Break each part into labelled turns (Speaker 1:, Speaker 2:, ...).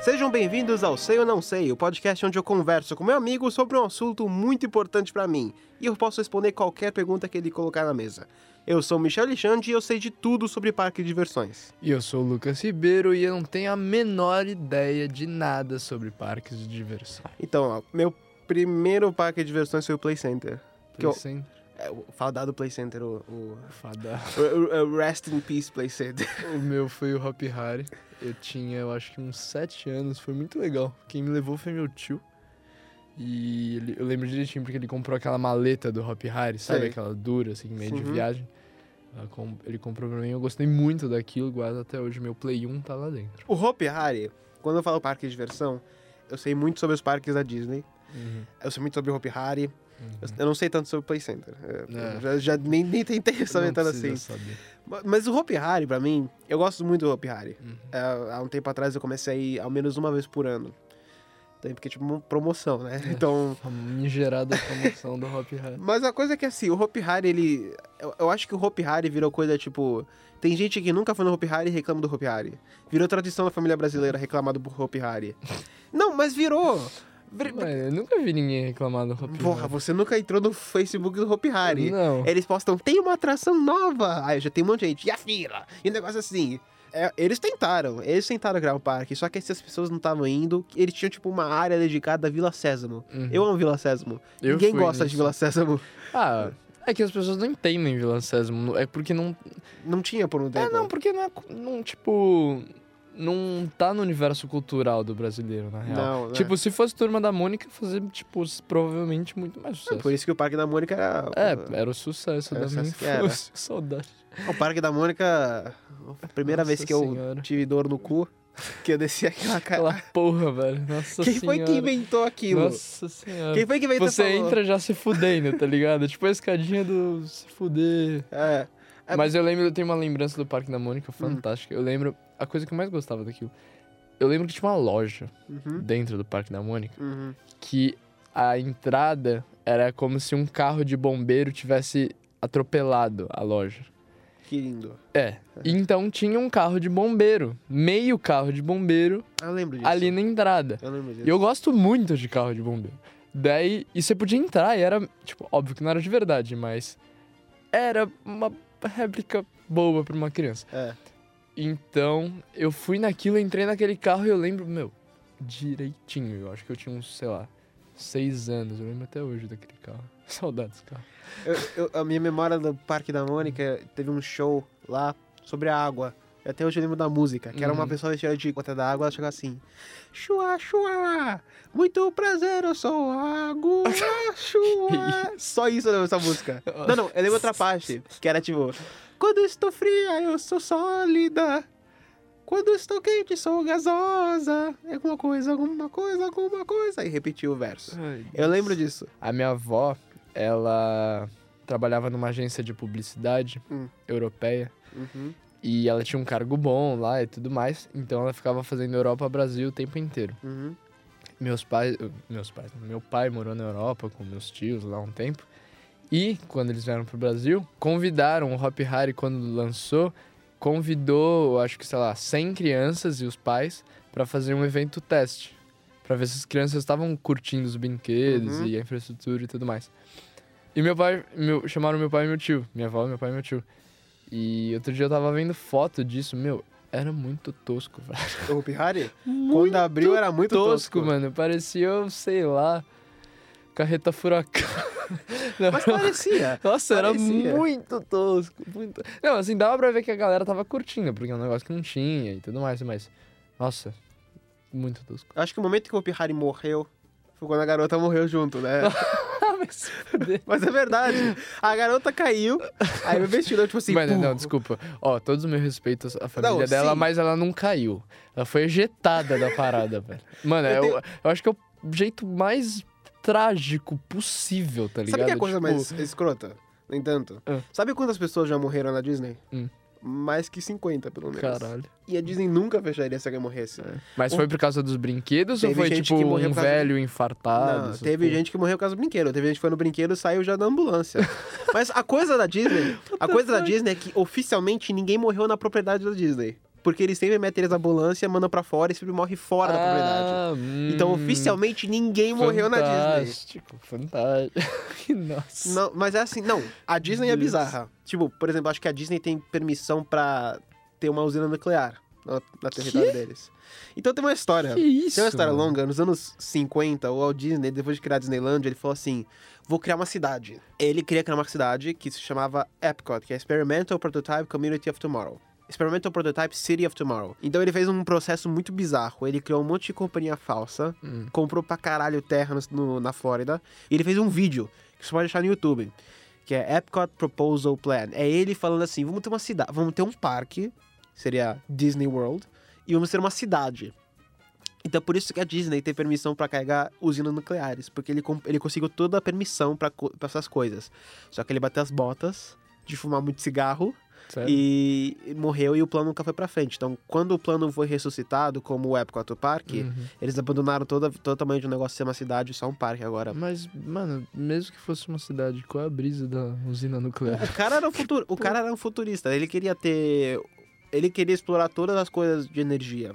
Speaker 1: Sejam bem-vindos ao Sei ou Não Sei, o podcast onde eu converso com meu amigo sobre um assunto muito importante pra mim e eu posso responder qualquer pergunta que ele colocar na mesa. Eu sou Michel Alexandre e eu sei de tudo sobre parque de diversões.
Speaker 2: E eu sou o Lucas Ribeiro e eu não tenho a menor ideia de nada sobre parques de diversão.
Speaker 1: Então, ó, meu primeiro parque de diversões foi o Play Center. Que eu-
Speaker 2: Sem
Speaker 1: É, o fadado Play Center, o, o-
Speaker 2: fada.
Speaker 1: o- o- o Rest in Peace Play Center.
Speaker 2: O meu foi o Hop Hari. Eu tinha, eu acho que uns 7 anos, foi muito legal. Quem me levou foi meu tio. E ele- eu lembro direitinho porque ele comprou aquela maleta do Hop Hari, sabe?
Speaker 1: Sei.
Speaker 2: Aquela dura, assim, meio de
Speaker 1: Uhum.
Speaker 2: viagem. Ela com- Ele comprou pra mim, eu gostei muito daquilo, guardo até hoje. Meu Play 1 tá lá dentro.
Speaker 1: O Hopi Hari, quando eu falo parque de diversão, eu sei muito sobre os parques da Disney.
Speaker 2: Uhum.
Speaker 1: Eu sei muito sobre o Hopi Hari. Eu, eu não sei tanto sobre o Play Center. Eu-
Speaker 2: É.
Speaker 1: eu já, já nem, nem tentei saber
Speaker 2: Não
Speaker 1: tanto
Speaker 2: precisa
Speaker 1: assim.
Speaker 2: saber.
Speaker 1: Ma- Mas o Hopi Hari, pra mim, eu gosto muito do Hopi Hari.
Speaker 2: Uhum.
Speaker 1: É, há um tempo atrás eu comecei a ir ao menos uma vez por ano. Então, porque, tipo, uma promoção, né?
Speaker 2: É.
Speaker 1: Então...
Speaker 2: A gerada promoção do Hop Hari.
Speaker 1: Mas a coisa é que, assim, o Hopi Hari, ele... Eu, eu acho que o Hopi Hari virou coisa, tipo... Tem gente que nunca foi no Hopi Hari e reclama do Hopi Hari. Virou tradição da família brasileira reclamar do Hopi Hari. Não, mas virou... Vir-
Speaker 2: Mano, eu nunca vi ninguém reclamar do Hop
Speaker 1: Porra, você nunca entrou no Facebook do Hopi Hari.
Speaker 2: Não.
Speaker 1: Eles postam, tem uma atração nova. Aí já tem um monte de gente. E a fila? E um negócio assim. É, eles tentaram, eles tentaram criar um parque, só que se as pessoas não estavam indo, eles tinham tipo uma área dedicada a Vila Sésamo.
Speaker 2: Uhum.
Speaker 1: Eu amo Vila Sésamo.
Speaker 2: Eu
Speaker 1: Ninguém
Speaker 2: fui
Speaker 1: gosta de
Speaker 2: nisso.
Speaker 1: Vila Sésamo.
Speaker 2: Ah, é que as pessoas não entendem Vila Sésamo. É porque não.
Speaker 1: Não tinha por um tempo.
Speaker 2: É, não, porque não é. cu- Não, tipo. Não tá no universo cultural do brasileiro, na real.
Speaker 1: Não, né?
Speaker 2: Tipo, se fosse Turma da Mônica, fazer, tipo, s- provavelmente muito
Speaker 1: É
Speaker 2: mais sucesso.
Speaker 1: por isso que o Parque da Mônica era.
Speaker 2: É, era o sucesso
Speaker 1: Era o
Speaker 2: da minha
Speaker 1: sucesso que era.
Speaker 2: infância. Saudade.
Speaker 1: O Parque da Mônica. A primeira
Speaker 2: Nossa
Speaker 1: vez que eu
Speaker 2: Senhora.
Speaker 1: tive dor no cu, que eu desci aquela cara.
Speaker 2: Aquela porra, velho. Nossa
Speaker 1: Quem
Speaker 2: senhora.
Speaker 1: foi que inventou aquilo?
Speaker 2: Nossa senhora.
Speaker 1: Quem foi que inventou
Speaker 2: Você
Speaker 1: falou?
Speaker 2: entra já se fudendo, tá ligado? tipo a escadinha do se fuder.
Speaker 1: É. É-
Speaker 2: Mas eu lembro, eu tenho uma lembrança do Parque da Mônica fantástica. Eu lembro, a coisa que eu mais gostava daquilo. Eu lembro que tinha uma loja
Speaker 1: Uhum,
Speaker 2: dentro do Parque da Mônica
Speaker 1: uhum.
Speaker 2: que a entrada era como se um carro de bombeiro tivesse atropelado a loja.
Speaker 1: Que lindo.
Speaker 2: É. Então tinha um carro de bombeiro, meio carro de bombeiro
Speaker 1: Eu lembro disso.
Speaker 2: ali na entrada.
Speaker 1: Eu lembro disso.
Speaker 2: E eu gosto muito de carro de bombeiro. Daí, e você podia entrar e era, tipo, óbvio que não era de verdade, mas era uma réplica boa pra uma criança.
Speaker 1: É.
Speaker 2: Então, eu fui naquilo, entrei naquele carro e eu lembro, meu, direitinho. Eu acho que eu tinha uns, sei lá, seis anos. Eu lembro até hoje daquele carro. Saudades, carro.
Speaker 1: Eu- eu- a minha memória do Parque da Mônica teve um show lá sobre a água. Até hoje eu lembro da música, que era uma
Speaker 2: Uhum.
Speaker 1: pessoa vestida de gota da água, ela chegava assim: Chua, chua, muito prazer, eu sou água, chua. Só isso eu lembro dessa música. Não, não, eu lembro outra parte, que era tipo: Quando estou fria, eu sou sólida. Quando estou quente, sou gasosa. É Alguma coisa, alguma coisa, alguma coisa. E repetiu o verso. Eu lembro disso.
Speaker 2: A minha avó, ela trabalhava numa agência de publicidade
Speaker 1: Hum.
Speaker 2: europeia.
Speaker 1: Uhum.
Speaker 2: E ela tinha um cargo bom lá e tudo mais. Então ela ficava fazendo Europa Brasil o tempo inteiro.
Speaker 1: Uhum.
Speaker 2: Meus pais. Meus pais. não, Meu pai morou na Europa com meus tios lá um tempo. E quando eles vieram pro Brasil, convidaram o Hop Hari quando lançou. Convidou, eu acho que, sei lá, 100 crianças e os pais pra fazer um evento teste. Pra ver se as crianças estavam curtindo os brinquedos
Speaker 1: Uhum.
Speaker 2: e a infraestrutura e tudo mais. E meu pai, meu, chamaram meu pai e meu tio. Minha avó, meu pai e meu tio. E outro dia eu tava vendo foto disso, meu, era muito tosco, velho.
Speaker 1: O Pihari, quando abriu, era muito tosco.
Speaker 2: tosco, mano. Parecia, eu sei lá, carreta furacão. Não,
Speaker 1: Mas parecia.
Speaker 2: Nossa,
Speaker 1: parecia.
Speaker 2: era muito tosco. Muito... Não, assim, dava pra ver que a galera tava curtindo, porque é um negócio que não tinha e tudo mais, mas. Nossa, muito tosco.
Speaker 1: Eu acho que o momento que o Pihari morreu foi quando a garota morreu junto, né?
Speaker 2: Ah, mas se fuder.
Speaker 1: Mas é verdade. A garota caiu, aí o vestido, tipo assim.
Speaker 2: Mano,
Speaker 1: pum.
Speaker 2: não, desculpa. Ó, todos os meus respeitos à família
Speaker 1: Não,
Speaker 2: dela,
Speaker 1: sim.
Speaker 2: mas ela não caiu. Ela foi ejetada da parada, velho. Mano,
Speaker 1: Eu
Speaker 2: eu,
Speaker 1: tenho-
Speaker 2: eu acho que é o jeito mais trágico possível, tá ligado?
Speaker 1: Sabe que é a coisa
Speaker 2: Tipo,
Speaker 1: mais escrota? No entanto,
Speaker 2: Ah.
Speaker 1: sabe quantas pessoas já morreram na Disney?
Speaker 2: Hum.
Speaker 1: Mais que 50, pelo menos.
Speaker 2: Caralho.
Speaker 1: E a Disney nunca fecharia se alguém morresse. né?
Speaker 2: Mas
Speaker 1: O-
Speaker 2: foi por causa dos brinquedos ou
Speaker 1: Um Teve
Speaker 2: foi
Speaker 1: gente
Speaker 2: tipo
Speaker 1: que morreu
Speaker 2: um
Speaker 1: por causa-
Speaker 2: velho infartado?
Speaker 1: Não,
Speaker 2: essas
Speaker 1: teve
Speaker 2: porra?
Speaker 1: gente que morreu por causa do brinquedo, teve gente que foi no brinquedo e saiu já da ambulância. Mas a coisa da Disney, a coisa da Disney é que oficialmente ninguém morreu na propriedade da Disney. Porque eles sempre metem eles na ambulância, mandam pra fora e sempre morre fora da propriedade.
Speaker 2: Ah, hum,
Speaker 1: Então, oficialmente, ninguém morreu na Disney.
Speaker 2: Fantástico, fantástico. Nossa.
Speaker 1: Não, mas é assim, não, a Disney é
Speaker 2: Deus.
Speaker 1: bizarra. Tipo, por exemplo, acho que a Disney tem permissão pra ter uma usina nuclear na, na território deles. Então tem uma história.
Speaker 2: Que isso?
Speaker 1: Tem uma história
Speaker 2: mano?
Speaker 1: longa. Nos anos 50, o Walt Disney, depois de criar a Disneylandia, ele falou assim: vou criar uma cidade. Ele queria criar uma cidade que se chamava Epcot, que é Experimental Prototype Community of Tomorrow. Experimental Prototype City of Tomorrow. Então ele fez um processo muito bizarro. Ele criou um monte de companhia falsa,
Speaker 2: Hum.
Speaker 1: comprou pra caralho terra no- no- na Flórida, e ele fez um vídeo que você pode achar no YouTube. Que é Epcot Proposal Plan. É ele falando assim: vamos ter uma cidade, vamos ter um parque, seria Disney World, e vamos ter uma cidade. Então por isso que a Disney tem permissão pra carregar usinas nucleares, porque ele, com- ele conseguiu toda a permissão pra co- pra essas coisas. Só que ele bateu as botas de fumar muito cigarro
Speaker 2: Sério?
Speaker 1: e e morreu e o plano nunca foi pra frente. Então quando o plano foi ressuscitado, como o Epcot o parque,
Speaker 2: Uhum.
Speaker 1: eles abandonaram toda, todo o tamanho de um negócio ser uma cidade e só um parque agora.
Speaker 2: Mas, mano, mesmo que fosse uma cidade, qual é a brisa da usina nuclear?
Speaker 1: O cara era um futuro, o cara era um futurista. Ele queria ter, ele queria explorar todas as coisas de energia,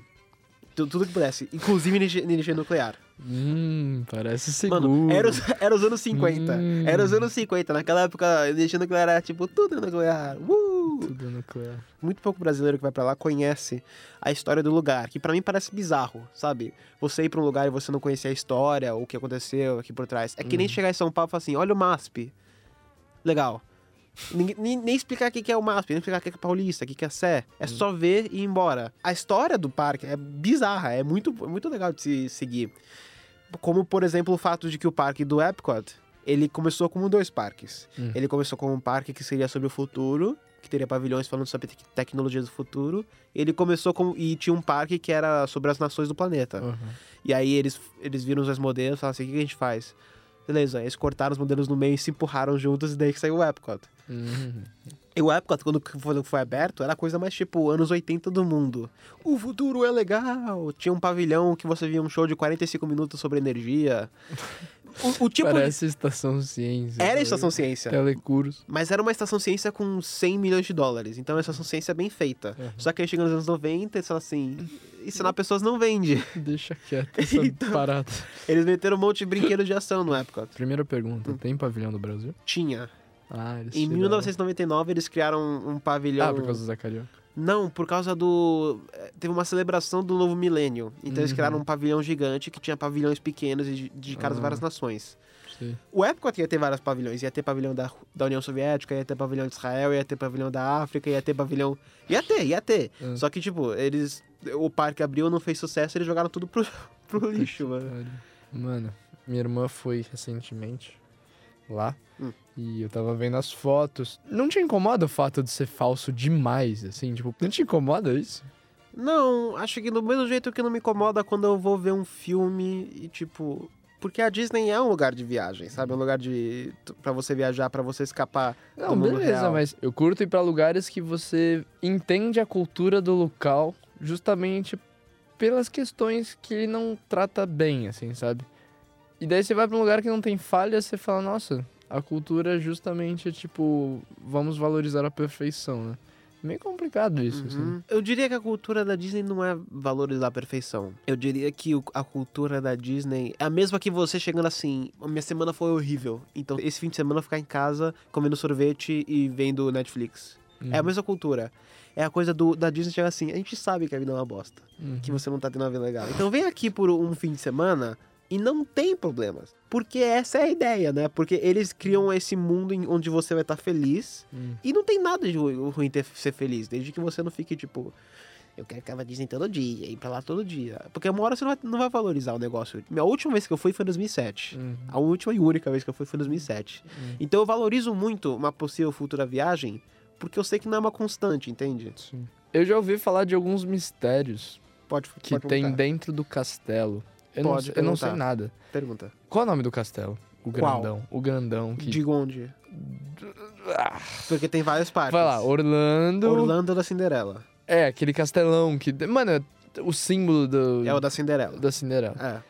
Speaker 1: Tu- tudo que pudesse, inclusive energia, energia nuclear.
Speaker 2: hum, parece seguro.
Speaker 1: Mano, era os, era os anos 50.
Speaker 2: Hum.
Speaker 1: Era os anos 50. Naquela época, a energia nuclear era tipo tudo é nuclear. Uh!
Speaker 2: Tudo nuclear.
Speaker 1: Muito pouco brasileiro que vai pra lá conhece a história do lugar, que pra mim parece bizarro, sabe? Você ir pra um lugar e você não conhecer a história, o que aconteceu aqui por trás. É que
Speaker 2: Uhum.
Speaker 1: nem chegar em São Paulo e falar assim: olha o MASP. Legal. Ninguém- nem, nem explicar o que que é o MASP, nem explicar o que que é Paulista, o que que é Sé.
Speaker 2: Uhum.
Speaker 1: É só ver e ir embora. A história do parque é bizarra, é muito, é muito legal de se seguir. Como, por exemplo, o fato de que o parque do Epcot, ele começou como dois parques.
Speaker 2: Hum.
Speaker 1: Ele começou como um parque que seria sobre o futuro, que teria pavilhões falando sobre tec- tecnologia do futuro. Ele começou com... E tinha um parque que era sobre as nações do planeta.
Speaker 2: Uhum.
Speaker 1: E aí eles, eles viram os dois modelos e falaram assim, o que que a gente faz? Beleza, eles cortaram os modelos no meio e se empurraram juntos e daí que saiu o Epcot.
Speaker 2: Uhum.
Speaker 1: E o Epcot, quando foi, foi aberto, era a coisa mais tipo anos 80 do mundo. O futuro é legal! Tinha um pavilhão que você via um show de 45 minutos sobre energia. O, o tipo.
Speaker 2: Parece É. estação ciência. né?
Speaker 1: Era a estação ciência.
Speaker 2: Telecurso.
Speaker 1: Mas era uma estação ciência com 100 milhões de dólares. Então era uma estação ciência bem feita.
Speaker 2: Uhum.
Speaker 1: Só que aí chegando nos anos 90, eles falaram assim: ensinar pessoas não vende.
Speaker 2: Deixa quieto essa
Speaker 1: Então-
Speaker 2: parada.
Speaker 1: Eles meteram um monte de brinquedos de ação no Epcot.
Speaker 2: Primeira pergunta, tem pavilhão do Brasil?
Speaker 1: Tinha.
Speaker 2: Ah, eles
Speaker 1: Em
Speaker 2: tiraram.
Speaker 1: 1999, eles criaram um um pavilhão.
Speaker 2: Ah, por causa do Zacarias.
Speaker 1: Não, por causa do. eh, Teve uma celebração do novo milênio. Então eles
Speaker 2: Uhum.
Speaker 1: criaram um pavilhão gigante que tinha pavilhões pequenos e de, de caras de
Speaker 2: Ah.
Speaker 1: várias nações.
Speaker 2: Sim.
Speaker 1: O Epcot ia ter vários pavilhões. Ia ter pavilhão da, Ru- da União Soviética, ia ter pavilhão de Israel, ia ter pavilhão da África, ia ter pavilhão. Ia ter, ia ter.
Speaker 2: Ah.
Speaker 1: Só que, tipo, eles. O parque abriu, não fez sucesso, eles jogaram tudo pro, pro lixo, mano.
Speaker 2: Caralho. Mano, minha irmã foi recentemente lá
Speaker 1: Hum.
Speaker 2: e eu tava vendo as fotos. Não te incomoda o fato de ser falso demais, assim? Tipo, não te incomoda isso?
Speaker 1: Não, acho que do mesmo jeito que não me incomoda quando eu vou ver um filme e, tipo. Porque a Disney é um lugar de viagem, sabe? É Um lugar de. pra você viajar, pra você escapar.
Speaker 2: Não,
Speaker 1: Do mundo
Speaker 2: beleza,
Speaker 1: real.
Speaker 2: mas eu curto ir pra lugares que você entende a cultura do local justamente pelas questões que ele não trata bem, assim, sabe? E daí você vai pra um lugar que não tem falha, você fala, nossa, a cultura é justamente, tipo, vamos valorizar a perfeição, né? Meio complicado isso, assim.
Speaker 1: Uhum. Eu diria que a cultura da Disney não é valorizar a perfeição. Eu diria que o- a cultura da Disney é a mesma que você chegando assim: "A minha semana foi horrível, então esse fim de semana eu vou ficar em casa comendo sorvete e vendo Netflix. É
Speaker 2: Uhum.
Speaker 1: a mesma cultura. É a coisa do, da Disney chegar assim: a gente sabe que a vida é uma bosta,
Speaker 2: Uhum.
Speaker 1: que você não tá tendo uma vida legal. Então vem aqui por um fim de semana. E não tem problemas. Porque essa é a ideia, né? Porque eles criam esse mundo em- onde você vai estar feliz.
Speaker 2: Hum.
Speaker 1: E não tem nada de ru- ruim ter, ser feliz, desde que você não fique tipo. Eu quero que ela dizem todo dia, ir pra lá todo dia. Porque uma hora você não vai, não vai valorizar o negócio. A última vez que eu fui foi em 2007.
Speaker 2: Uhum.
Speaker 1: A última e única vez que eu fui foi em 2007.
Speaker 2: Uhum.
Speaker 1: Então eu valorizo muito uma possível futura viagem, porque eu sei que não é uma constante, entende?
Speaker 2: Sim. Eu já ouvi falar de alguns mistérios
Speaker 1: Pode
Speaker 2: que
Speaker 1: pode
Speaker 2: tem
Speaker 1: perguntar.
Speaker 2: dentro do castelo. Eu, não-
Speaker 1: Pode
Speaker 2: eu não sei
Speaker 1: perguntar.
Speaker 2: nada.
Speaker 1: Pergunta.
Speaker 2: Qual é o nome do castelo? O
Speaker 1: Qual?
Speaker 2: grandão. O grandão que. Ah.
Speaker 1: Digo onde? Porque tem várias partes.
Speaker 2: Vai lá, Orlando.
Speaker 1: Orlando da Cinderela.
Speaker 2: É, aquele castelão que. Mano, é o símbolo do,
Speaker 1: É o da Cinderela.
Speaker 2: da Cinderela.
Speaker 1: É.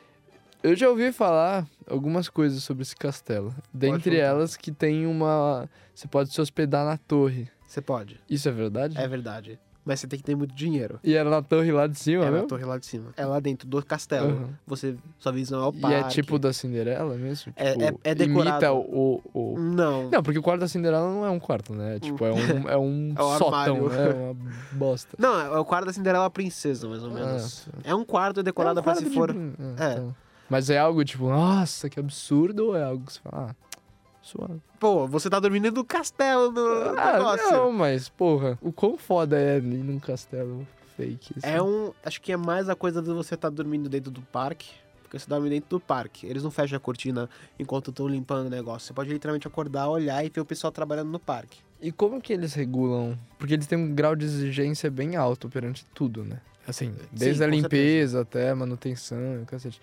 Speaker 2: Eu já ouvi falar algumas coisas sobre esse castelo. Dentre
Speaker 1: perguntar.
Speaker 2: elas que tem uma. Você pode se hospedar na torre.
Speaker 1: Você pode.
Speaker 2: Isso é verdade?
Speaker 1: É verdade. Mas você tem que ter muito dinheiro.
Speaker 2: E era na torre lá de cima,
Speaker 1: é
Speaker 2: né?
Speaker 1: na torre lá de cima. É lá dentro do castelo.
Speaker 2: Uhum.
Speaker 1: Você sua visão é o
Speaker 2: E
Speaker 1: parque.
Speaker 2: é tipo da Cinderela mesmo?
Speaker 1: É-
Speaker 2: Tipo,
Speaker 1: é- é decorado. Hum.
Speaker 2: Imita o, o- o-
Speaker 1: Não.
Speaker 2: Não, porque o quarto da Cinderela não é um quarto, né? É Tipo, é um, é um
Speaker 1: É um
Speaker 2: sótão,
Speaker 1: armário.
Speaker 2: né? É uma bosta.
Speaker 1: Não, é o quarto da Cinderela Princesa, mais ou
Speaker 2: Ah,
Speaker 1: menos. é um quarto decorado
Speaker 2: É um
Speaker 1: pra
Speaker 2: quarto
Speaker 1: se
Speaker 2: de
Speaker 1: for.
Speaker 2: brin-
Speaker 1: é.
Speaker 2: tá. Mas é algo tipo, nossa, que absurdo, ou é algo que você fala, ah, suave.
Speaker 1: Pô, você tá dormindo no castelo do
Speaker 2: Ah,
Speaker 1: É um negócio.
Speaker 2: não, mas, porra, o quão foda é ali num castelo fake, assim.
Speaker 1: É um. Acho que é mais a coisa de você estar dormindo dentro do parque. Porque você dorme dentro do parque. Eles não fecham a cortina enquanto estão limpando o negócio. Você pode literalmente acordar, olhar e ver o pessoal trabalhando no parque.
Speaker 2: E como que eles regulam? Porque eles têm um grau de exigência bem alto perante tudo, né? Assim, desde a
Speaker 1: com
Speaker 2: limpeza até a manutenção e o cacete.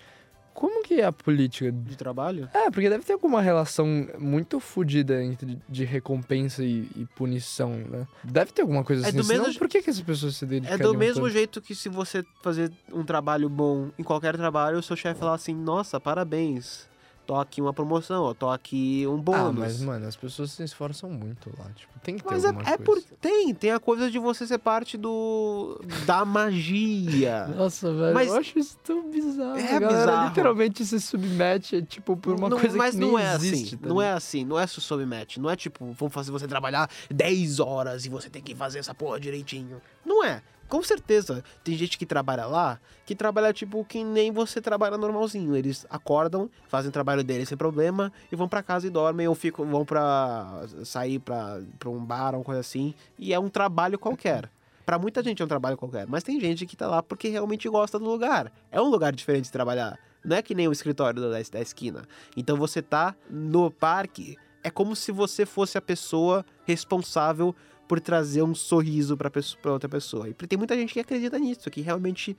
Speaker 2: Como que é a política?
Speaker 1: De trabalho?
Speaker 2: É, porque deve ter alguma relação muito fodida entre de recompensa e, e punição, né? Deve ter alguma coisa
Speaker 1: É
Speaker 2: assim.
Speaker 1: do
Speaker 2: senão
Speaker 1: mesmo-
Speaker 2: por que, que as pessoas se dedicam
Speaker 1: É do mesmo jeito que se você fazer um trabalho bom em qualquer trabalho, o seu chefe falar assim: nossa, parabéns. Tô aqui uma promoção, ó, tô aqui um bônus.
Speaker 2: Ah, mas, mano, as pessoas se esforçam muito lá. Tipo, tem que ter
Speaker 1: Mas é,
Speaker 2: alguma
Speaker 1: é
Speaker 2: coisa.
Speaker 1: por. Tem, tem a coisa de você ser parte do. da magia.
Speaker 2: Nossa, velho,
Speaker 1: Mas-
Speaker 2: eu acho isso tão bizarro.
Speaker 1: É
Speaker 2: a galera
Speaker 1: bizarro.
Speaker 2: literalmente se submete, tipo, por uma
Speaker 1: Não-
Speaker 2: coisa
Speaker 1: mas
Speaker 2: que
Speaker 1: não
Speaker 2: nem
Speaker 1: é
Speaker 2: existe.
Speaker 1: assim,
Speaker 2: tá
Speaker 1: não é assim, não é submatch, não é tipo, vou fazer você trabalhar 10 horas e você tem que fazer essa porra direitinho. Não é. Com certeza, tem gente que trabalha lá que trabalha tipo que nem você trabalha normalzinho. Eles acordam, fazem o trabalho deles sem problema e vão pra casa e dormem ou ficam, vão pra sair pra, pra um bar ou coisa assim. E é um trabalho qualquer. Pra muita gente é um trabalho qualquer, mas tem gente que tá lá porque realmente gosta do lugar. É um lugar diferente de trabalhar. Não é que nem o escritório da, da esquina. Então você tá no parque, é como se você fosse a pessoa responsável por trazer um sorriso pra, pesso- pra outra pessoa. E tem muita gente que acredita nisso, que realmente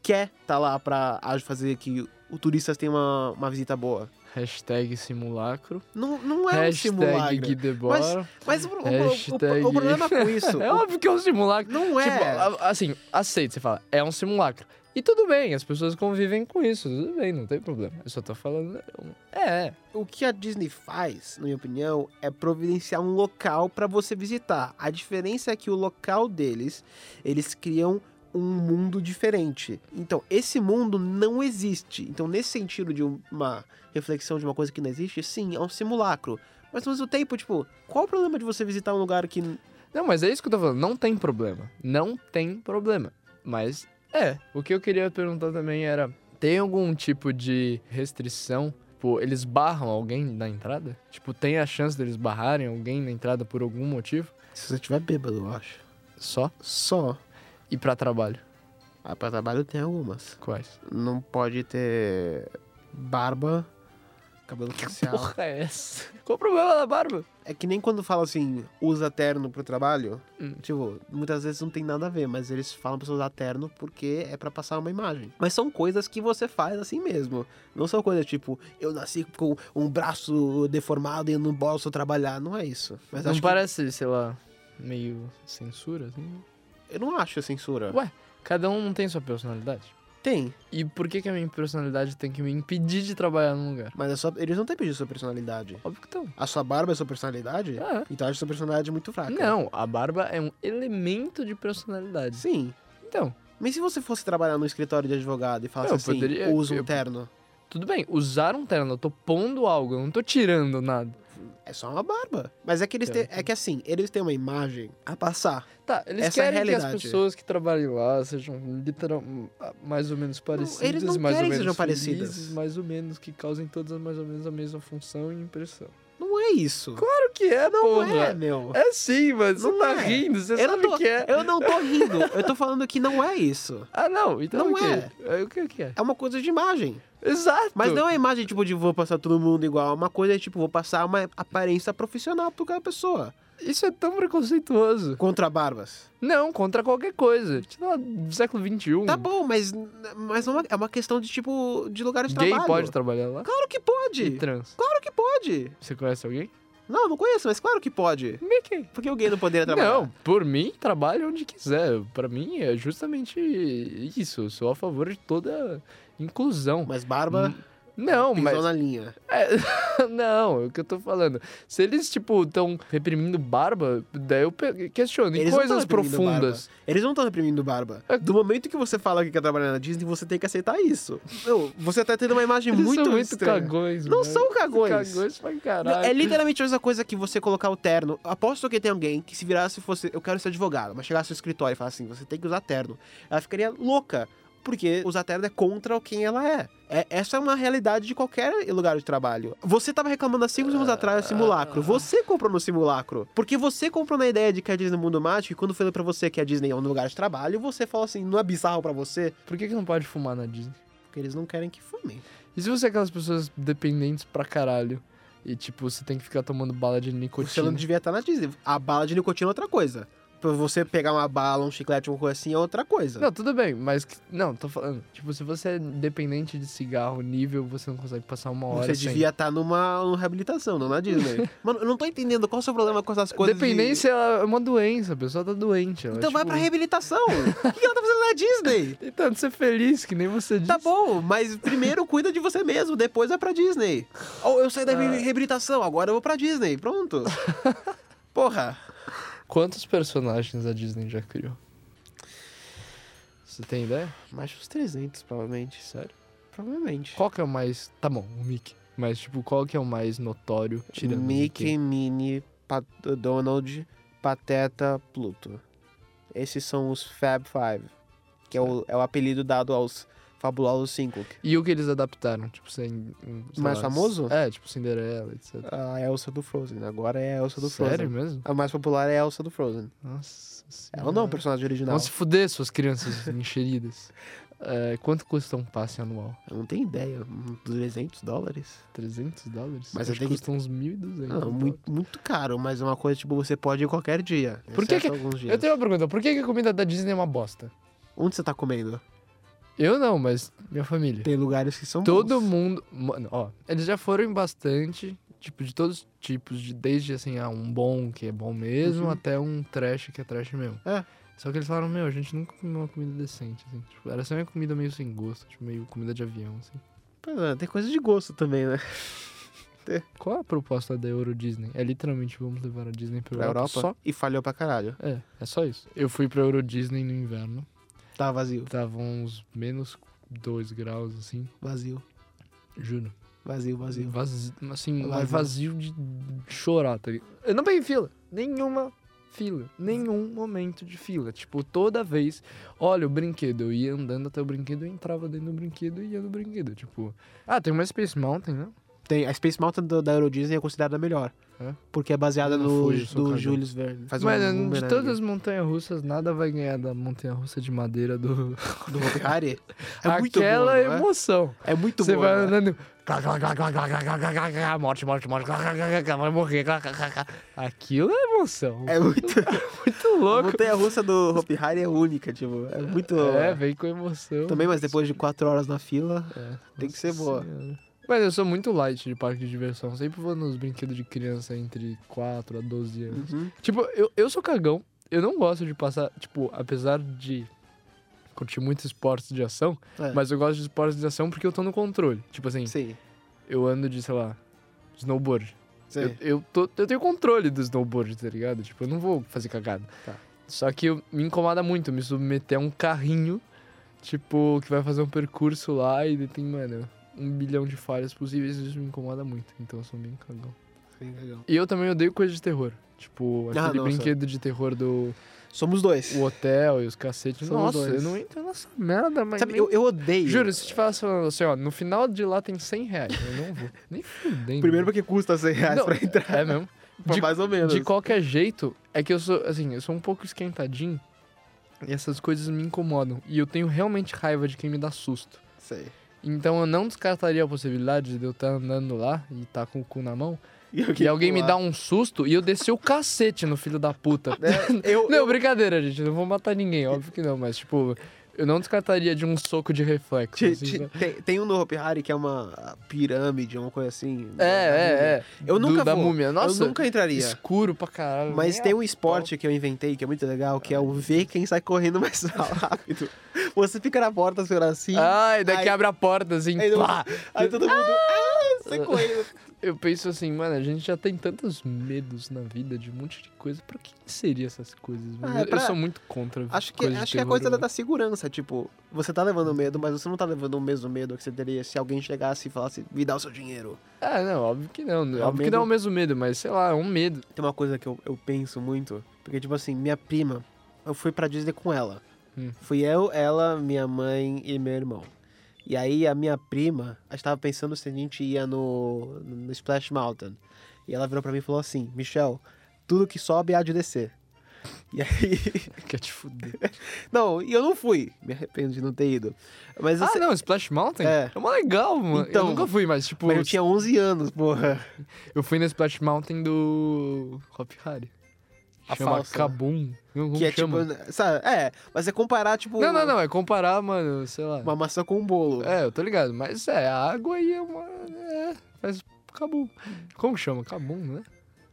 Speaker 1: quer tá lá pra aj- fazer que o turista tenha uma, uma visita boa.
Speaker 2: Hashtag simulacro.
Speaker 1: Não, não é um
Speaker 2: hashtag
Speaker 1: simulacro.
Speaker 2: Guidebora.
Speaker 1: Mas o, o- o- o-
Speaker 2: Hashtag-
Speaker 1: o problema com isso
Speaker 2: É óbvio que é um simulacro.
Speaker 1: não é...
Speaker 2: Tipo, a- assim, aceita, você fala, é um simulacro. E tudo bem, as pessoas convivem com isso, tudo bem, não tem problema. Eu só tô falando. É, é.
Speaker 1: O que a Disney faz, na minha opinião, é providenciar um local para você visitar. A diferença é que o local deles, eles criam um mundo diferente. Então, esse mundo não existe. Então, nesse sentido de uma reflexão de uma coisa que não existe, sim, é um simulacro. Mas ao mesmo tempo, tipo, qual o problema de você visitar um lugar que.
Speaker 2: Não, mas é isso que eu tô falando, não tem problema. Não tem problema. Mas é. O que eu queria perguntar também era: tem algum tipo de restrição? Tipo, eles barram alguém na entrada? Tipo, tem a chance deles barrarem alguém na entrada por algum motivo?
Speaker 1: Se você estiver bêbado, eu acho.
Speaker 2: Só?
Speaker 1: Só.
Speaker 2: E pra trabalho?
Speaker 1: Ah, pra trabalho tem algumas.
Speaker 2: Quais?
Speaker 1: Não pode ter barba, cabelo facial.
Speaker 2: Porra, é essa? Qual o problema da barba?
Speaker 1: É que nem quando fala assim, usa terno pro trabalho.
Speaker 2: Hum.
Speaker 1: Tipo, muitas vezes não tem nada a ver, mas eles falam pra você usar terno porque é pra passar uma imagem. Mas são coisas que você faz assim mesmo. Não são coisas tipo, eu nasci com um braço deformado e eu não posso trabalhar. Não é isso. Mas
Speaker 2: não
Speaker 1: acho
Speaker 2: parece, sei lá, meio censura, assim?
Speaker 1: que. Eu não acho censura.
Speaker 2: Ué. Cada um tem sua personalidade.
Speaker 1: Tem,
Speaker 2: E por que, que a minha personalidade tem que me impedir de trabalhar num lugar?
Speaker 1: mas é só... eles não têm pedido sua personalidade.
Speaker 2: Óbvio que estão.
Speaker 1: A sua barba é sua personalidade?
Speaker 2: Ah, é.
Speaker 1: Então eu acho sua personalidade muito fraca.
Speaker 2: Não, a barba é um elemento de personalidade.
Speaker 1: Sim.
Speaker 2: Então,
Speaker 1: Mas se você fosse trabalhar num escritório de advogado e falasse
Speaker 2: Eu
Speaker 1: assim,
Speaker 2: poderia-
Speaker 1: usa um
Speaker 2: eu-
Speaker 1: terno,
Speaker 2: tudo bem, usar um terno, eu tô pondo algo, eu não tô tirando nada.
Speaker 1: É só uma barba. Mas é que eles têm, é que assim, eles têm uma imagem a passar.
Speaker 2: Tá, eles
Speaker 1: Essa é a
Speaker 2: querem que as
Speaker 1: realidade.
Speaker 2: pessoas que trabalhem lá sejam literal, mais ou menos parecidas,
Speaker 1: eles não querem
Speaker 2: mais
Speaker 1: que
Speaker 2: ou menos
Speaker 1: sejam parecidas.
Speaker 2: felizes, mais ou menos, que causem todas mais ou menos a mesma função e impressão.
Speaker 1: Não é isso.
Speaker 2: Claro que é,
Speaker 1: não é,
Speaker 2: porra!
Speaker 1: meu.
Speaker 2: É, sim, mas você
Speaker 1: Não
Speaker 2: tá
Speaker 1: é.
Speaker 2: rindo, você
Speaker 1: eu, não
Speaker 2: sabe
Speaker 1: tô,
Speaker 2: que é.
Speaker 1: eu não tô rindo. Eu tô falando que não é isso.
Speaker 2: Ah, não, então
Speaker 1: Não
Speaker 2: o quê? É. O que o que é?
Speaker 1: É uma coisa de imagem.
Speaker 2: Exato!
Speaker 1: Mas não é imagem tipo de vou passar todo mundo igual. Uma coisa é tipo, vou passar uma aparência profissional pra cada pessoa.
Speaker 2: Isso é tão preconceituoso.
Speaker 1: Contra barbas.
Speaker 2: Não, contra qualquer coisa. Sei lá, século um. XXI.
Speaker 1: Tá bom, mas, mas não é é uma questão de tipo, de lugar de
Speaker 2: Gay
Speaker 1: trabalho.
Speaker 2: pode Então. trabalhar lá?
Speaker 1: Claro que
Speaker 2: E
Speaker 1: pode.
Speaker 2: trans.
Speaker 1: Claro que pode.
Speaker 2: Você conhece alguém?
Speaker 1: Não, não conheço, mas claro que pode.
Speaker 2: Mickey.
Speaker 1: Por que o gay não poderia trabalhar?
Speaker 2: Não, por mim, trabalho onde quiser. Pra mim é justamente isso. Eu sou a favor de toda inclusão.
Speaker 1: Mas barba...
Speaker 2: Hum, Não,
Speaker 1: Pisou
Speaker 2: mas.
Speaker 1: na linha.
Speaker 2: É, não, é o que eu tô falando. Se eles, tipo, estão reprimindo barba, daí eu pe- questiono. E
Speaker 1: Eles não tão
Speaker 2: coisas
Speaker 1: reprimindo
Speaker 2: profundas.
Speaker 1: barba. Eles não estão reprimindo barba.
Speaker 2: É.
Speaker 1: Do momento que você fala que quer trabalhar na Disney, você tem que aceitar isso. Não, você tá tendo uma imagem
Speaker 2: Eles
Speaker 1: muito,
Speaker 2: são muito
Speaker 1: estranha.
Speaker 2: cagões,
Speaker 1: Não
Speaker 2: mano.
Speaker 1: são cagões.
Speaker 2: Cagões pra
Speaker 1: Não,
Speaker 2: caralho.
Speaker 1: é literalmente a mesma coisa que você colocar o terno. Aposto que tem alguém que se virasse e fosse, eu quero ser advogado, mas chegasse no escritório e falasse assim, você tem que usar terno. Ela ficaria louca, porque usar terno é contra quem ela é. É- essa é uma realidade de qualquer lugar de trabalho. Você tava reclamando há cinco anos atrás do simulacro. Você comprou no simulacro. Porque você comprou na ideia de que a Disney é um mundo mágico, e quando falei pra você que a Disney é um lugar de trabalho, você falou assim, não é bizarro pra você?
Speaker 2: Por que, que não pode fumar na Disney?
Speaker 1: Porque eles não querem que fumem.
Speaker 2: E se você é aquelas pessoas dependentes pra caralho? E, tipo, você tem que ficar tomando bala de
Speaker 1: Você não
Speaker 2: nicotina.
Speaker 1: devia estar na Disney. A bala de nicotina é outra coisa. Pra você pegar uma bala, um chiclete, uma coisa assim é outra coisa.
Speaker 2: Não, tudo bem, mas. que- Não, tô falando. Tipo, se você é dependente de cigarro, nível, você não consegue passar uma hora.
Speaker 1: você
Speaker 2: sem.
Speaker 1: devia estar numa, numa reabilitação, não na Disney. Mano, eu não tô entendendo qual é o seu problema com essas coisas. de-
Speaker 2: Dependência é uma doença, a pessoa tá doente. ela,
Speaker 1: Então vai
Speaker 2: tipo,
Speaker 1: pra reabilitação. o que que ela tá fazendo na Disney?
Speaker 2: Tentando ser é feliz, que nem você disse.
Speaker 1: Tá bom, mas primeiro cuida de você mesmo, depois vai pra Disney. Ou eu saí da
Speaker 2: Ah.
Speaker 1: reabilitação, agora eu vou pra Disney. Pronto. Porra.
Speaker 2: Quantos personagens a Disney já criou? Você tem ideia?
Speaker 1: Mais uns 300, provavelmente.
Speaker 2: Sério?
Speaker 1: Provavelmente.
Speaker 2: Qual que é o mais. Tá bom, o Mickey. Mas, tipo, qual que é o mais notório? Tirando o
Speaker 1: Mickey, Minnie, Pat- Donald, Pateta, Pluto. Esses são os Fab Five, que é o, é o apelido dado aos Fabulosos Cinco.
Speaker 2: E o que eles adaptaram? Tipo, sem. sei
Speaker 1: Mais famoso?
Speaker 2: É, tipo Cinderela, etc.
Speaker 1: ah, é A Elsa do Frozen, agora é a Elsa do
Speaker 2: Sério
Speaker 1: Frozen.
Speaker 2: assim mesmo?
Speaker 1: A mais popular é a Elsa do Frozen.
Speaker 2: Nossa senhora.
Speaker 1: Ela não é um personagem original.
Speaker 2: Vão se fuder, suas crianças encheridas. É, quanto custa um passe anual?
Speaker 1: Eu não tenho ideia. Uns 300 dólares?
Speaker 2: 300 dólares?
Speaker 1: Mas
Speaker 2: Acho
Speaker 1: eu tenho que-
Speaker 2: custa uns 1.200.
Speaker 1: Não,
Speaker 2: dólares.
Speaker 1: muito, muito caro, mas é uma coisa tipo você pode ir qualquer dia.
Speaker 2: Por que
Speaker 1: exceto
Speaker 2: que-
Speaker 1: alguns dias.
Speaker 2: Eu tenho uma pergunta. Por que que a comida da Disney é uma bosta?
Speaker 1: Onde você tá comendo?
Speaker 2: Eu não, mas minha família.
Speaker 1: Tem lugares que são
Speaker 2: Todo
Speaker 1: bons.
Speaker 2: mundo. Mano, ó, eles já foram em bastante, tipo, de todos os tipos, de, desde assim, ah, um bom que é bom mesmo,
Speaker 1: Uhum.
Speaker 2: até um trash que é trash mesmo.
Speaker 1: É.
Speaker 2: Só que eles falaram, meu, a gente nunca comeu uma comida decente, assim. Tipo, era só uma comida meio sem gosto, tipo, meio comida de avião, assim.
Speaker 1: Pois é, Tem coisa de gosto também, né?
Speaker 2: Qual a proposta da Euro Disney? É literalmente vamos levar a Disney pra,
Speaker 1: Pra Europa.
Speaker 2: Só?
Speaker 1: E falhou pra caralho.
Speaker 2: É, é só isso. Eu fui pra Euro Disney no inverno,
Speaker 1: Tá vazio.
Speaker 2: tava uns menos 2 graus, assim,
Speaker 1: Vazio.
Speaker 2: juro.
Speaker 1: Vazio, vazio.
Speaker 2: Vazio, assim,
Speaker 1: Vazio.
Speaker 2: mas vazio de chorar, tá ligado? Eu não peguei fila. Nenhuma fila. Nenhum momento de fila. Tipo, toda vez. Olha o brinquedo. Eu ia andando até o brinquedo, eu entrava dentro do brinquedo e ia no brinquedo. Tipo. Ah, tem uma Space Mountain, né?
Speaker 1: Tem, a Space Mountain do- da Euro Disney é considerada a melhor.
Speaker 2: É?
Speaker 1: Porque é baseada
Speaker 2: Eu não
Speaker 1: no,
Speaker 2: fui, eu sou
Speaker 1: do
Speaker 2: cagão.
Speaker 1: Julius Verne. Faz
Speaker 2: Mas eh, é
Speaker 1: um
Speaker 2: de
Speaker 1: boomerang.
Speaker 2: todas as montanhas russas, nada vai ganhar da montanha russa de madeira do.
Speaker 1: Do Hopi Hari. É muito bom,
Speaker 2: Aquela
Speaker 1: não é?
Speaker 2: emoção.
Speaker 1: É muito
Speaker 2: Você
Speaker 1: bom.
Speaker 2: vai
Speaker 1: né?
Speaker 2: andando. clá, clá, clá, clá, clá, clá, clá, clá, clá, Morte, morte, morte. clá, clá, clá, clá, Vai morrer. clá, clá, clá, clá. Aquilo é emoção.
Speaker 1: É muito...
Speaker 2: muito
Speaker 1: a
Speaker 2: louco.
Speaker 1: montanha-russa do Hopi Hari é única, tipo. É muito...
Speaker 2: É, vem com emoção.
Speaker 1: Também, mas depois de quatro horas na fila...
Speaker 2: É,
Speaker 1: tem que ser
Speaker 2: nossa
Speaker 1: boa.
Speaker 2: senhora. Mas eu sou muito light de parque de diversão. Sempre vou nos brinquedos de criança entre 4 a 12 anos.
Speaker 1: uhum.
Speaker 2: Tipo, eu, eu sou cagão. Eu não gosto de passar. Tipo, apesar de curtir muito esportes de ação,
Speaker 1: É.
Speaker 2: mas eu gosto de esportes de ação porque eu tô no controle. Tipo assim,
Speaker 1: Sim.
Speaker 2: eu ando de, sei lá, snowboard.
Speaker 1: sim.
Speaker 2: Eu, eu, tô- eu tenho controle do snowboard, tá ligado? Tipo, eu não vou fazer cagada.
Speaker 1: Tá.
Speaker 2: Só que eu- me incomoda muito me submeter a um carrinho, tipo, que vai fazer um percurso lá e daí tem, mano, um bilhão de falhas possíveis. Isso me incomoda muito. Então eu sou bem cagão.
Speaker 1: Bem legal.
Speaker 2: E eu também odeio coisa de terror. Tipo,
Speaker 1: Ah,
Speaker 2: aquele
Speaker 1: não,
Speaker 2: brinquedo de terror do
Speaker 1: Somos dois.
Speaker 2: o hotel e os cacetes.
Speaker 1: Somos
Speaker 2: Nossa,
Speaker 1: dois.
Speaker 2: eu não entro nessa merda, mas.
Speaker 1: Sabe,
Speaker 2: nem-
Speaker 1: eu, eu odeio...
Speaker 2: Juro, se eu te falasse assim, ó, no final de lá tem 100 reais. Eu não vou. Nem fudendo.
Speaker 1: Primeiro porque custa 100 reais
Speaker 2: Não,
Speaker 1: pra entrar.
Speaker 2: É mesmo. de-
Speaker 1: mais ou menos.
Speaker 2: De qualquer jeito, é que eu sou, assim, eu sou um pouco esquentadinho e essas coisas me incomodam. E eu tenho realmente raiva de quem me dá susto.
Speaker 1: Sei.
Speaker 2: Então eu não descartaria a possibilidade de eu estar andando lá e estar com o cu na mão
Speaker 1: E
Speaker 2: e alguém me dá um susto e eu descer o cacete no filho da puta.
Speaker 1: É, Eu,
Speaker 2: Não, brincadeira, gente, eu não vou matar ninguém, óbvio que não, mas tipo, eu não descartaria de um soco de reflexo.
Speaker 1: Ti-
Speaker 2: assim,
Speaker 1: ti-
Speaker 2: sabe?
Speaker 1: tem, tem um no Hopi Hari que é uma pirâmide, uma coisa assim.
Speaker 2: É, é, é.
Speaker 1: Eu
Speaker 2: Do-
Speaker 1: nunca
Speaker 2: da
Speaker 1: vou.
Speaker 2: múmia. Nossa,
Speaker 1: Eu nunca entraria.
Speaker 2: escuro pra caralho.
Speaker 1: Mas um
Speaker 2: nem
Speaker 1: é tem um esporte que eu inventei que é muito legal, que é o ver quem sai correndo mais rápido. Você fica na porta, senhora, assim.
Speaker 2: Ai, daqui
Speaker 1: Aí-
Speaker 2: abre a porta assim.
Speaker 1: Aí todo mundo,
Speaker 2: pá!
Speaker 1: aí todo mundo ah, você correu.
Speaker 2: Eu penso assim, mano, a gente já tem tantos medos na vida de um monte de coisa. Pra que seria essas coisas? mano?
Speaker 1: Ah, é
Speaker 2: Eu
Speaker 1: pra-
Speaker 2: sou muito contra.
Speaker 1: Acho que,
Speaker 2: coisa de
Speaker 1: acho que é a
Speaker 2: terror,
Speaker 1: coisa da,
Speaker 2: mano.
Speaker 1: da segurança, tipo, você tá levando medo, mas você não tá levando o mesmo medo que você teria se alguém chegasse e falasse, me dá o seu dinheiro.
Speaker 2: Ah, não, óbvio que não.
Speaker 1: É o
Speaker 2: óbvio que não é
Speaker 1: medo-
Speaker 2: o mesmo medo, mas sei lá, é um medo.
Speaker 1: Tem uma coisa que eu, eu penso muito, porque, tipo assim, minha prima, eu fui pra Disney com ela.
Speaker 2: Hum.
Speaker 1: Fui eu, ela, minha mãe e meu irmão. E aí a minha prima, a gente tava pensando se a gente ia no, no Splash Mountain. E ela virou pra mim e falou assim, Michel, tudo que sobe há de descer. E aí...
Speaker 2: Quer é te fuder.
Speaker 1: Não, e eu não fui. Me arrependo de não ter ido. Mas,
Speaker 2: Ah,
Speaker 1: assim,
Speaker 2: não, Splash Mountain?
Speaker 1: É.
Speaker 2: É, mó legal, mano.
Speaker 1: Então,
Speaker 2: eu nunca fui, mas tipo,
Speaker 1: mas eu tinha 11 anos, porra.
Speaker 2: eu fui na Splash Mountain do Hop Harry.
Speaker 1: A
Speaker 2: chama
Speaker 1: falsa.
Speaker 2: Kabum. Não, como
Speaker 1: Que é
Speaker 2: chama?
Speaker 1: tipo. Sabe? É, mas é comparar, tipo.
Speaker 2: Não, não, não, é comparar, mano, sei lá.
Speaker 1: Uma maçã com um bolo.
Speaker 2: É, eu tô ligado, mas é, a água aí é uma... É, faz Kabum. Como que chama? Kabum, né?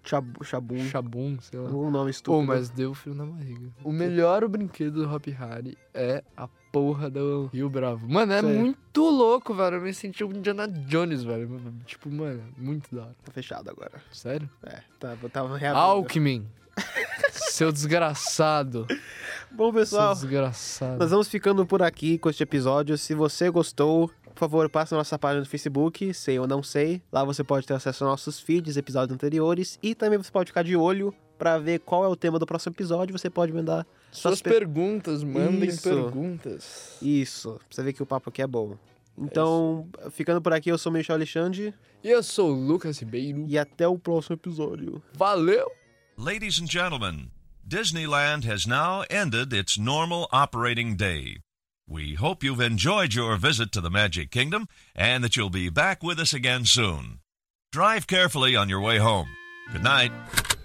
Speaker 1: Chabu. Chabu.
Speaker 2: Chabum, sei lá.
Speaker 1: Um nome
Speaker 2: Pô,
Speaker 1: estúpido.
Speaker 2: mas deu frio na barriga. O melhor brinquedo do Hop Harry é a porra do Rio Bravo. Mano, é
Speaker 1: Sério.
Speaker 2: muito louco, velho. Eu me senti um Indiana Jones, velho. Tipo, mano, muito da hora.
Speaker 1: Tá fechado agora.
Speaker 2: Sério?
Speaker 1: É, tava, tava reabrindo.
Speaker 2: Alckmin! Seu desgraçado.
Speaker 1: Bom,
Speaker 2: Seu
Speaker 1: pessoal,
Speaker 2: desgraçado.
Speaker 1: nós vamos ficando por aqui com este episódio. Se você gostou, por favor, passe na nossa página do Facebook, Sei ou Não Sei. Lá você pode ter acesso aos nossos feeds, episódios anteriores. E também você pode ficar de olho pra ver qual é o tema do próximo episódio. Você pode mandar
Speaker 2: Suas
Speaker 1: suas pe-
Speaker 2: perguntas, mandem
Speaker 1: Isso.
Speaker 2: perguntas.
Speaker 1: Isso, pra você ver que o papo aqui é bom. Então, ficando por aqui, eu sou o Michel Alexandre
Speaker 2: E eu sou o Lucas Ribeiro.
Speaker 1: e até o próximo episódio.
Speaker 2: Valeu!
Speaker 3: Ladies and gentlemen, Disneyland has now ended its normal operating day. We hope you've enjoyed your visit to the Magic Kingdom and that you'll be back with us again soon. Drive carefully on your way home. Good night.